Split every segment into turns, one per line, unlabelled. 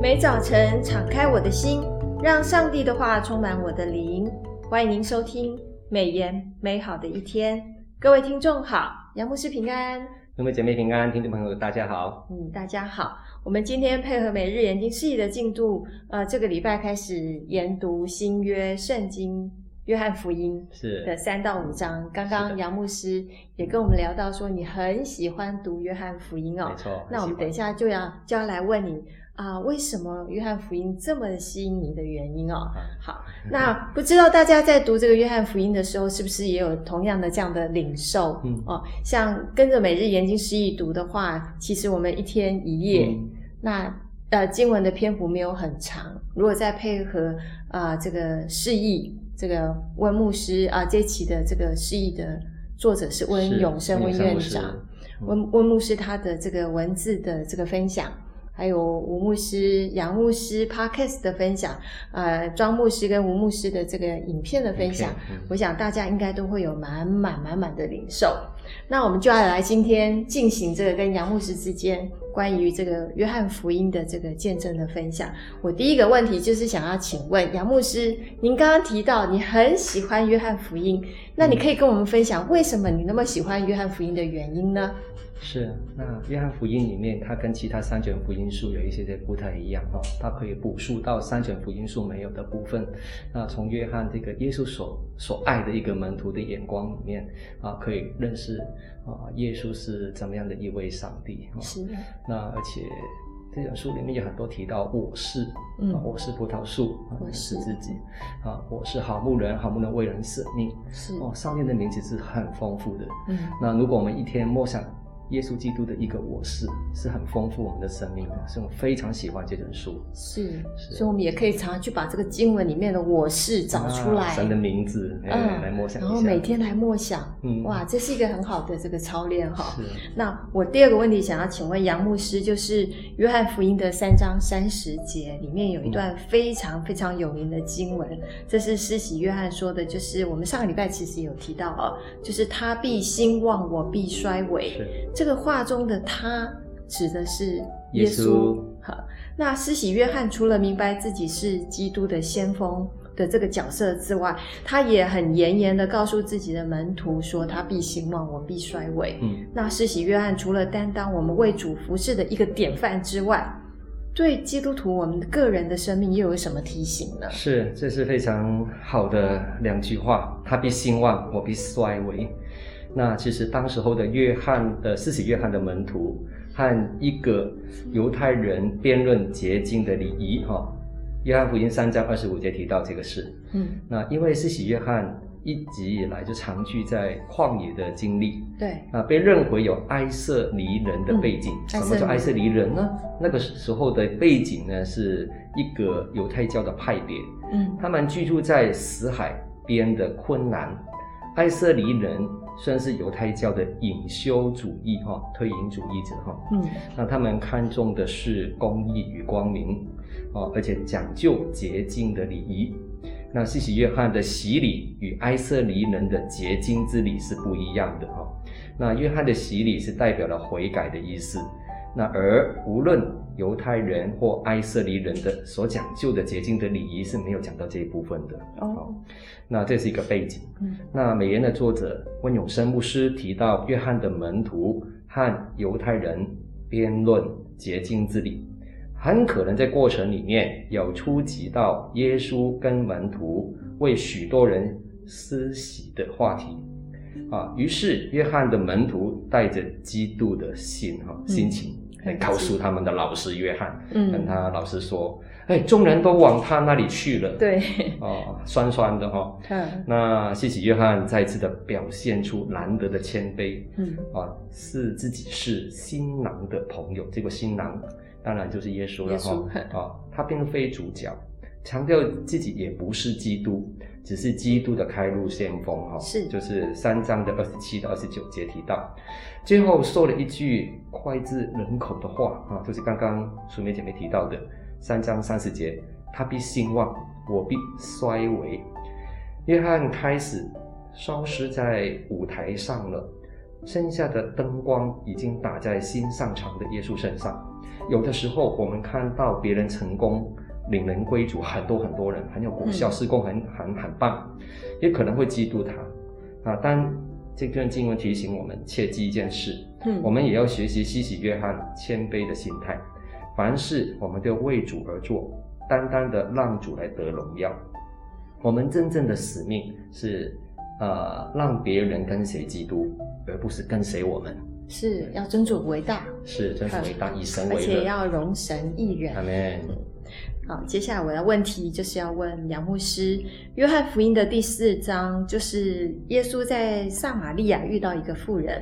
每早晨敞开我的心，让上帝的话充满我的灵。欢迎您收听《美言美好的一天》，各位听众好，杨牧师平安。
各位姐妹平安，听众朋友大家好。
嗯，大家好，我们今天配合每日研经释义的进度，呃，这个礼拜开始研读新约圣经约翰福音的
是
三到五章。刚
是
刚
的
杨牧师也跟我们聊到说，你很喜欢读约翰福音哦
没。错。
那我们等一
下。
下就要就要来问你啊、为什么约翰福音这么吸引你的原因哦？
啊
好，那不知道大家在读这个约翰福音的时候，是不是也有同样的这样的领受？
嗯
哦，像跟着每日研经释义读的话，其实我们一天一夜，
嗯
那呃经文的篇幅没有很长，如果再配合啊、这个释义，这个温牧师啊、这一期的这个释义的作者是温
是
永生温院长，
嗯
温温牧师他的这个文字的这个分享，还有吴牧师、杨牧师 podcast 的分享，呃，庄牧师跟吴牧师的这个影片的分享，
影片嗯
我想大家应该都会有满满满满的领受。那我们就要来今天进行这个跟杨牧师之间关于这个约翰福音的这个见证的分享。我第一个问题就是想要请问杨牧师，您刚刚提到你很喜欢约翰福音，那你可以跟我们分享为什么你那么喜欢约翰福音的原因呢？
是那约翰福音里面，它跟其他三卷福音书有一些些不太一样哈、哦，它可以补述到三卷福音书没有的部分。那从约翰这个耶稣所所爱的一个门徒的眼光里面啊，可以认识啊耶稣是怎么样的一位上帝。哦、
是，
那而且这本书里面有很多提到我是，
嗯
啊我是葡萄树，啊
我
你
是
是自己，啊，我是好牧人，好牧人为人舍命。
是，
哦，上帝的名字是很丰富的。
嗯，
那如果我们一天默想耶稣基督的一个我是，是很丰富我们的生命的，所以我非常喜欢这本书。
是，
是
所以我们也可以常常去把这个经文里面的“我是”找出来，
啊神的名字，哎
嗯，
来默想一
然
下。
后每天来默想，
嗯
哇，这是一个很好的这个操练哈。
是
那我第二个问题想要请问杨牧师，就是约翰福音的三章三十节里面有一段非常非常有名的经文，这是施洗约翰说的，就是我们上个礼拜其实有提到哦，就是他必兴旺，我必衰微。
是
这个话中的他指的是耶
耶
稣
稣。
好，那施洗约翰除了明白自己是基督的先锋的这个角色之外，他也很严严的告诉自己的门徒说：“他必兴旺，我必衰微。
嗯，
那施洗约翰除了担当我们为主服侍的一个典范之外，对基督徒我们个人的生命又有什么提醒呢？
是，这是非常好的两句话。他必兴旺，我必衰微。那其实当时候的约翰的四喜约翰的门徒和一个犹太人辩论洁净的礼仪哈、约翰福音三章二十五节提到这个事。
嗯，
那因为四喜约翰一直以来就长居在旷野的经历，
嗯对，
啊，被认为有埃瑟尼人的背景。
嗯
什么叫埃瑟尼人呢？那个时候的背景呢，是一个犹太教的派别，
嗯，
他们居住在死海边的昆南。埃瑟尼人算是犹太教的隐修主义哈、推隐主义者哈、
嗯，
那他们看重的是公义与光明，哦，而且讲究洁净的礼仪。那西西约翰的洗礼与埃瑟尼人的洁净之礼是不一样的哈、哦。那约翰的洗礼是代表了悔改的意思，那而无论犹太人或埃瑟尼人的所讲究的洁净的礼仪是没有讲到这一部分的。
哦，
那这是一个背景。
嗯，
那美言的作者温永生牧师提到，约翰的门徒和犹太人辩论洁净之礼，很可能在过程里面有触及到耶稣跟门徒为许多人施洗的话题。啊，于是约翰的门徒带着激动的心哈、心情来告诉他们的老师约翰，跟
嗯，
他老师说：“哎，众人都往他那里去了。”，
对，
哦，酸酸的哈、哦。
嗯，
那西喜约翰再次的表现出难得的谦卑
嗯，
啊，视自己是新郎的朋友。这个新郎当然就是耶稣
耶
了
稣
哈啊，他并非主角，强调自己也不是基督，只是基督的开路先锋哈。
是
就是三章的二十七到二十九节提到，最后说了一句脍炙人口的话啊，就是刚刚淑梅姐妹提到的三章三十节，他必兴旺，我必衰微。约翰开始消失在舞台上了，剩下的灯光已经打在新上场的耶稣身上。有的时候，我们看到别人成功、领人归主，很多很多人很有果效，
嗯
施工很很很棒，也可能会嫉妒他啊。但这段经文提醒我们，切记一件事：
嗯，
我们也要学习西西约翰谦卑的心态，凡事我们都为主而做，单单的让主来得荣耀。我们真正的使命是，呃，让别人跟随基督，而不是跟随我们。
是要尊主为大，
是真是伟大，以神
而
为嗯
且
乐。
要容神一人
阿。门。
好，接下来我的问题就是要问杨牧师，《约翰福音》的第四章，就是耶稣在撒玛利亚遇到一个妇人，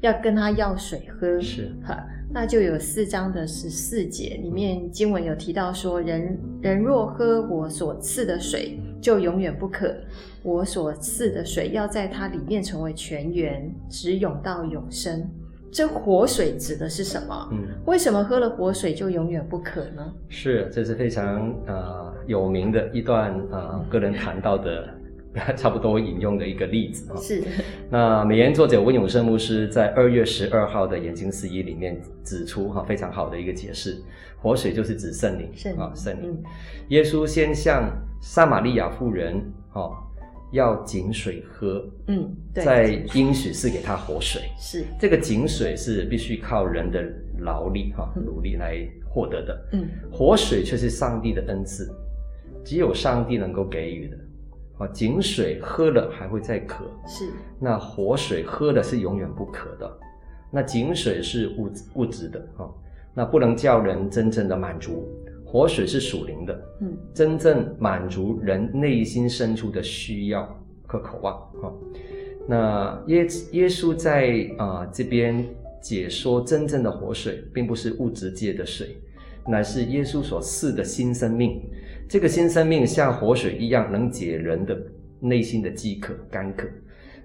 要跟他要水喝，
是
哈，那就有四章的十四节里面经文有提到说，人人若喝我所赐的水，就永远不渴。我所赐的水要在它里面成为泉源，直涌到永生。这活水指的是什么？
嗯。
为什么喝了活水就永远不渴呢？
是，这是非常呃有名的一段呃个人谈到的， 差不多引用的一个例子啊、
是，
那美言作者温永胜牧师在二月十二号的《研经释义》里面指出哈、非常好的一个解释，活水就是指圣灵
圣灵
啊圣灵。
嗯
耶稣先向撒玛利亚妇人哦要井水喝，
嗯，对，
再应许是给他活水。
嗯是，
这个井水是必须靠人的劳力哈、
嗯
努力来获得的。
嗯
活水却是上帝的恩赐，只有上帝能够给予的。啊，井水喝了还会再渴，
是，
那活水喝了是永远不渴的。那井水是物质物质的啊、哦那不能叫人真正的满足。活水是属灵的，
嗯
真正满足人内心深处的需要和渴望啊、哦那耶耶稣在啊、呃这边解说，真正的活水并不是物质界的水，乃是耶稣所赐的新生命。这个新生命像活水一样，能解人的内心的饥渴、干渴，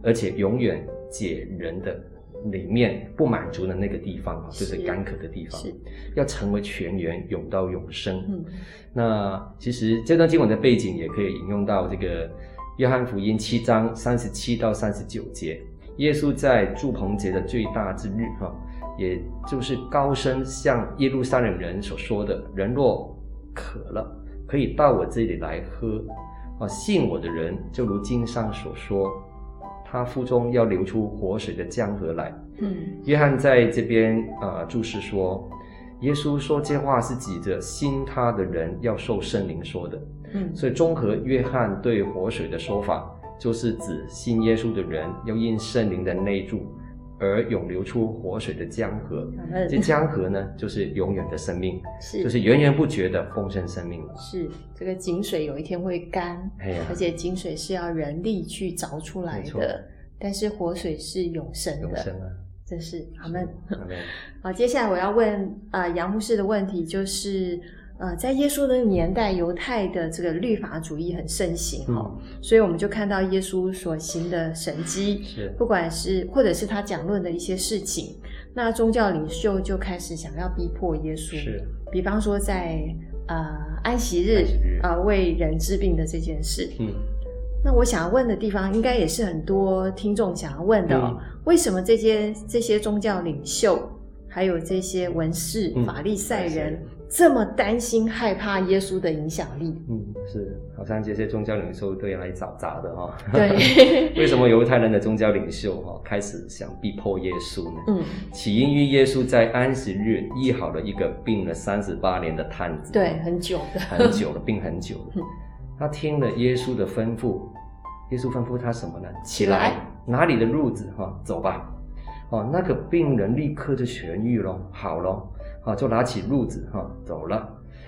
而且永远解人的里面不满足的那个地方啊，就是是干渴的地方
是。
要成为全员，永到永生。
嗯
那其实这段经文的背景也可以引用到这个约翰福音七章三十七到三十九节，耶稣在祝棚节的最大之日，哈，也就是高声向耶路撒冷人所说的：“人若渴了，可以到我这里来喝。啊，信我的人，就如经上所说，他腹中要流出活水的江河来。”
嗯
约翰在这边啊、呃注释说，耶稣说这话是指着信他的人要受圣灵说的，
嗯，
所以综合约翰对活水的说法，就是指信耶稣的人要因圣灵的内住而涌流出活水的江河。
感恩
这江河呢，就是永远的生命，
是
就是源源不绝的丰盛生命了。
是这个井水有一天会干，
哎呀
而，且井水是要人力去凿出来
没错
的，但是活水是永生
永生
的，
啊！
真是阿门。
阿门
好，接下来我要问呃杨牧师的问题就是。呃，在耶稣的年代，犹太的这个律法主义很盛行哦，
嗯，
所以我们就看到耶稣所行的神迹，
是
不管是或者是他讲论的一些事情，那宗教领袖就开始想要逼迫耶稣，
是
比方说在呃安息日
安息日
啊、呃为人治病的这件事。
嗯。
那我想问的地方，应该也是很多听众想要问的哦，
嗯
为什么这些这些宗教领袖，还有这些文士、
嗯
法利赛人、
法利赛人
这么担心害怕耶稣的影响 力？
嗯，是，好像这些宗教领袖都要来找茬的哦哈、
对
为什么犹太人的宗教领袖哈、开始想逼迫耶稣呢？
嗯，
起因于耶稣在安息日医好了一个病了三十八年的探子，
对，很久的，
很 久了，病很久
嗯
了。他听了耶稣的吩咐，耶稣吩咐他什么呢？
起
起
来
来，拿你的褥子哈、走吧。哦，那个病人立刻就痊愈了，好了，啊，就拿起褥子哈、走了。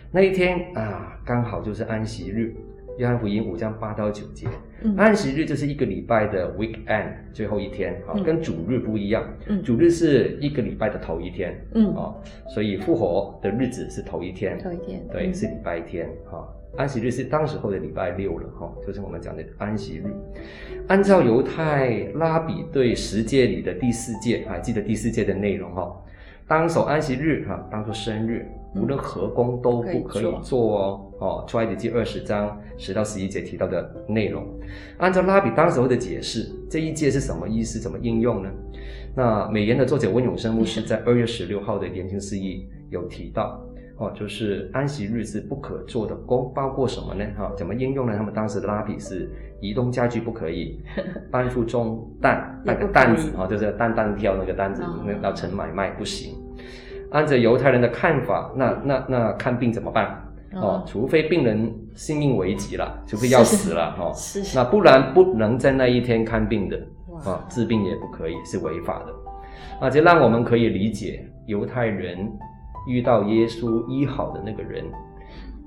那一天啊，刚好就是安息日，约翰福音五章八到九节。
嗯
安息日就是一个礼拜的 weekend 最后一天啊
嗯，
跟主日不一样
嗯，
主日是一个礼拜的头一天
嗯，
啊，所以复活的日子是头一天，
头一天，
对，
嗯
是礼拜天哈、安息日是当时候的礼拜六了哈、就是我们讲的安息日。按照犹太拉比对十诫啊里的第四诫，还记得第四诫的内容哈、当守安息日哈、当做生日，无论何工都
可以
不可以
做
做哦。哦，出埃及记二十章十到十一节提到的内容，按照拉比当时候的解释，这一诫是什么意思？怎么应用呢？那美言的作者温永生牧
嗯
师在二月十六号的言情释义有提到，哦，就是安息日是不可做的工，包括什么呢？哈、怎么应用呢？他们当时的拉比是移动家具不 可以，搬负重担，那
也
个
不
担
可以
子啊、哦，就是担担挑那个担子
哦，
那要成买卖不行。按照犹太人的看法，那那那看病怎么办？哦
哦，
除非病人性命危急了，除非要
是
死了哦，
是
那不然不能在那一天看病的。啊
哇，，
治病也不可以，是违法的。啊，这让我们可以理解犹太人遇到耶稣医好的那个人，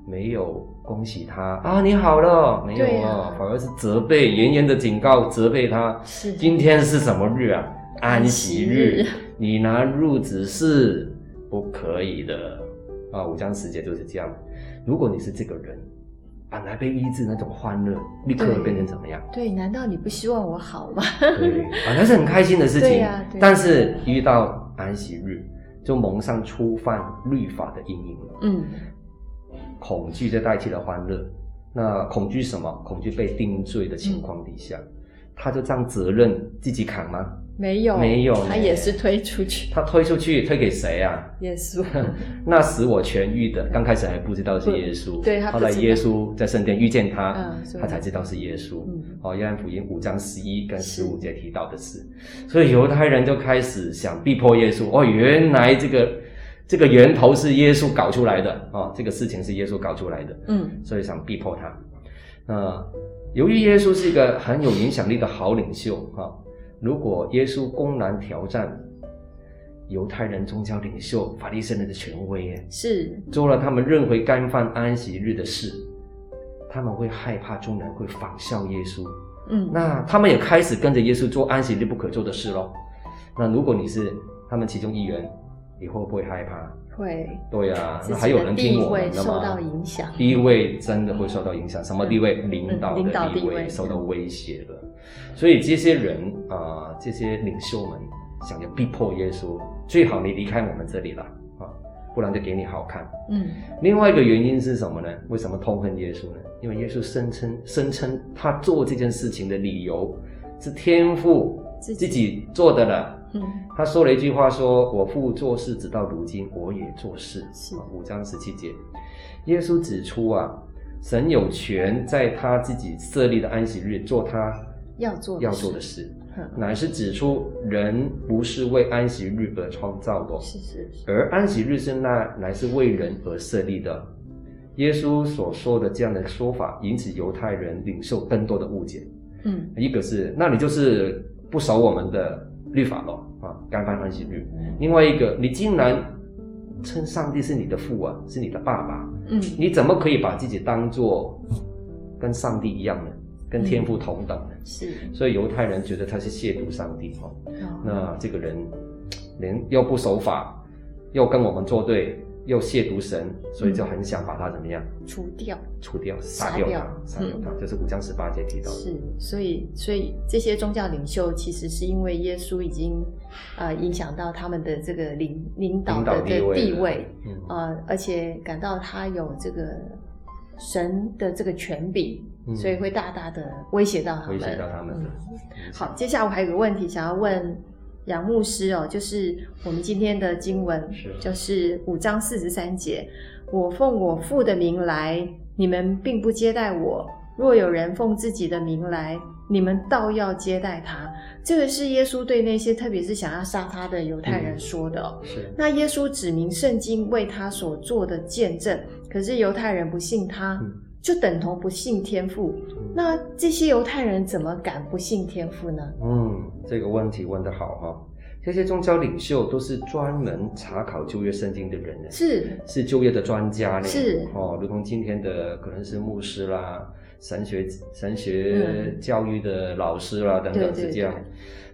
没有恭喜他啊，你好了，没有
对
啊
啊，
反而是责备，严严的警告，责备他。
是
今天是什么日啊？安息日，
安息日
你拿褥子是不可以的啊。五章十节就是这样。如果你是这个人，本来被医治那种欢乐，立刻
对
变成怎么样？
对，难道你不希望我好吗？
对啊，那是很开心的事
对
情。
呀对
但是遇到安息日，就蒙上触犯律法的阴影了。
嗯，
恐惧就代替了欢乐。那恐惧什么？恐惧被定罪的情况底下，他就将责任自己扛吗？
没有，
没有
他
呢
也是推出去，
他推出去，推给谁啊？
耶 稣，
那使我痊愈的，刚开始还不知道是耶稣，
对他不
后
知道
来耶稣在圣殿遇见他，
嗯所以
他才知道是耶稣。
嗯，
哦，约翰福音五章十一跟
是
十五节提到的是，所以犹太人就开始想逼迫耶稣。哦，原来这个这个源头是耶稣搞出来的哦，这个事情是耶稣搞出来的，
嗯，
所以想逼迫他。那、由于耶稣是一个很有影响力的好领袖哈、如果耶稣公然挑战犹太人宗教领袖法利赛人的权威耶，
是
做了他们认为干犯安息日的事，他们会害怕众人会仿效耶稣。
嗯，
那他们也开始跟着耶稣做安息日不可做的事咯。那如果你是他们其中一员，你会不会害怕？
会
对啊，
自
那
己
还有
的
人
地
听我
位
们的
受到
吗？
影响，嗯
地位真的会受到影响，什么地位？领导
领导
的
地
地
位
位受到威胁了。所以这些人啊、这些领袖们想要逼迫耶稣，最好你离开我们这里了啊，不然就给你好看。
嗯，
另外一个原因是什么呢？为什么痛恨耶稣呢？因为耶稣声称声称他做这件事情的理由是天父
自
自
己
己做的了。
嗯，
他说了一句话说：“我父做事直到如今，我也做事。”
是
啊五章十七节，耶稣指出啊，神有权在他自己设立的安息日做他
要做
要做的
事，
事，
嗯
乃是指出人不是为安息日而创造的，哦
是是是，
而安息日是那乃是为人而设立的。耶稣所说的这样的说法，引起犹太人领袖更多的误解。
嗯，
一个是，那你就是不守我们的律法咯，啊，干犯安息日；另外一个，你竟然称上帝是你的父啊，是你的爸爸，
嗯，
你怎么可以把自己当做跟上帝一样呢？跟天父同等呢？
是，
所以犹太人觉得他是亵渎上帝哦。
哦
那这个人连又不守法，又跟我们作对，又亵渎神，所以就很想把他怎么样
除掉
除掉、
杀
杀掉
掉嗯
他、杀掉他，这是五章十八节提到的。
是，所以所以这些宗教领袖其实是因为耶稣已经呃影响到他们的这个领领导
领导
的这
地
个
位
地
了
位，
嗯，
呃，而且感到他有这个神的这个权柄，
嗯
所以会大大的威胁到他们。
威胁到他们的
嗯。好，接下来我还有个问题想要问杨牧师哦，就是我们今天的经文，
是
就是五章四十三节：“我奉我父的名来，你们并不接待我；若有人奉自己的名来，你们倒要接待他。”这个是耶稣对那些特别是想要杀他的犹太人
嗯
说的、哦。
是，
那耶稣指明圣经为他所做的见证，可是犹太人不信他
嗯，
就等同不信天父。那这些犹太人怎么敢不信天父呢？
嗯，这个问题问得好哈、这些宗教领袖都是专门查考旧约圣经的人呢，
是
是就业的专家呢，
嗯是
哦，如同今天的可能是牧师啦、神学神学
嗯
教育的老师啦、等
对
等
对
是这样。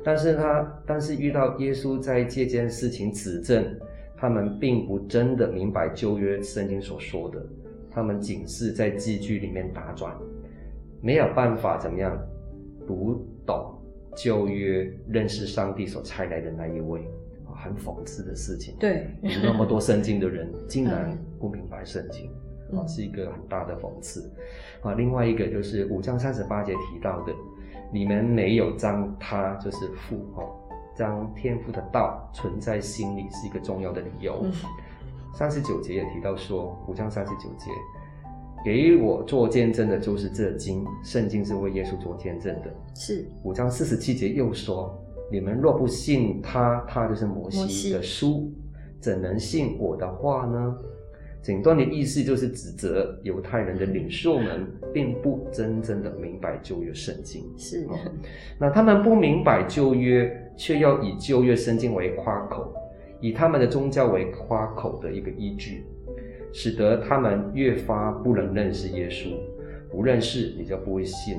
但是他但是遇到耶稣在这件事情指证，他们并不真的明白旧约圣经所说的，他们仅是在字句里面打转，没有办法怎么样读懂旧约，认识上帝所差来的那一位。哦很讽刺的事情。
对，
有那么多圣经的 人，竟然
嗯
不明白圣经，啊，
嗯
是一个很大的讽刺。啊，另外一个就是五章三十八节提到的，你们没有将他就是父哦，将天父的道存在心里是一个重要的理由。
嗯
三十九节也提到说，五章三十九节，给我做见证的就是这经，圣经是为耶稣做见证的。
是
五章四十七节又说：“你们若不信他，他就是摩
摩
西
西
的书，怎能信我的话呢？”整段的意思就是指责犹太人的领袖们并不真正的明白旧约圣经，
是，
哦那他们不明白旧约，却要以旧约圣经为夸口，以他们的宗教为夸口的一个依据，使得他们越发不能认识耶稣，不认识你就不会信，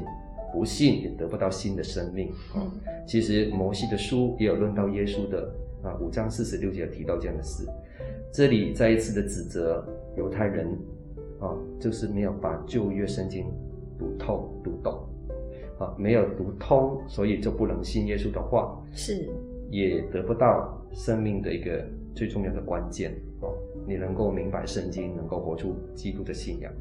不信也得不到新的生命。哦
嗯
其实摩西的书也有论到耶稣的啊五章四十六节有提到这样的事，这里再一次的指责犹太人啊，就是没有把旧约圣经读透读懂啊，没有读通，所以就不能信耶稣的话，
是，
也得不到生命的一个最重要的关键哦。你能够明白圣经，能够活出基督的信仰。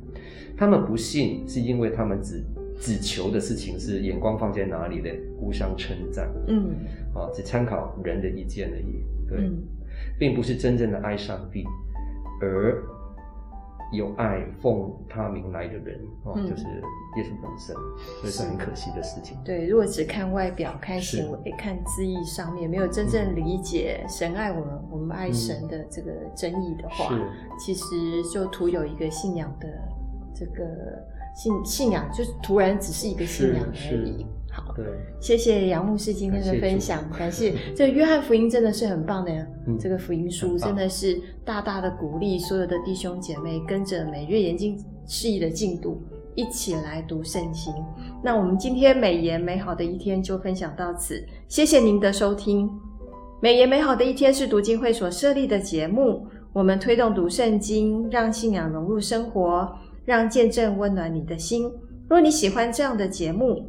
他们不信，是因为他们只只求的事情是眼光放在哪里的，互相称赞
嗯
啊、只参考人的意见而已。对，
嗯
并不是真正的爱上帝，而有爱奉他名来的人哦，
嗯
就是耶稣本身，所以是很可惜的事情。
对，如果只看外表、看
是
行为、看字义上面，没有真正理解神爱我们，我们爱神的这个真意的话，
是。
其实就徒有一个信仰的这个信信仰，就是突然只是一个信仰而
是
已
是。
好，
对，
谢谢杨牧师今天的分享，感谢 这个约翰福音真的是很棒的，
嗯
这个福音书
很棒
真的是大大的鼓励所有的弟兄姐妹跟着每月研经释义的进度。一起来读圣经。那我们今天美言美好的一天就分享到此，谢谢您的收听。美言美好的一天是读经会所设立的节目，我们推动读圣经，让信仰融入生活，让见证温暖你的心。若你喜欢这样的节目，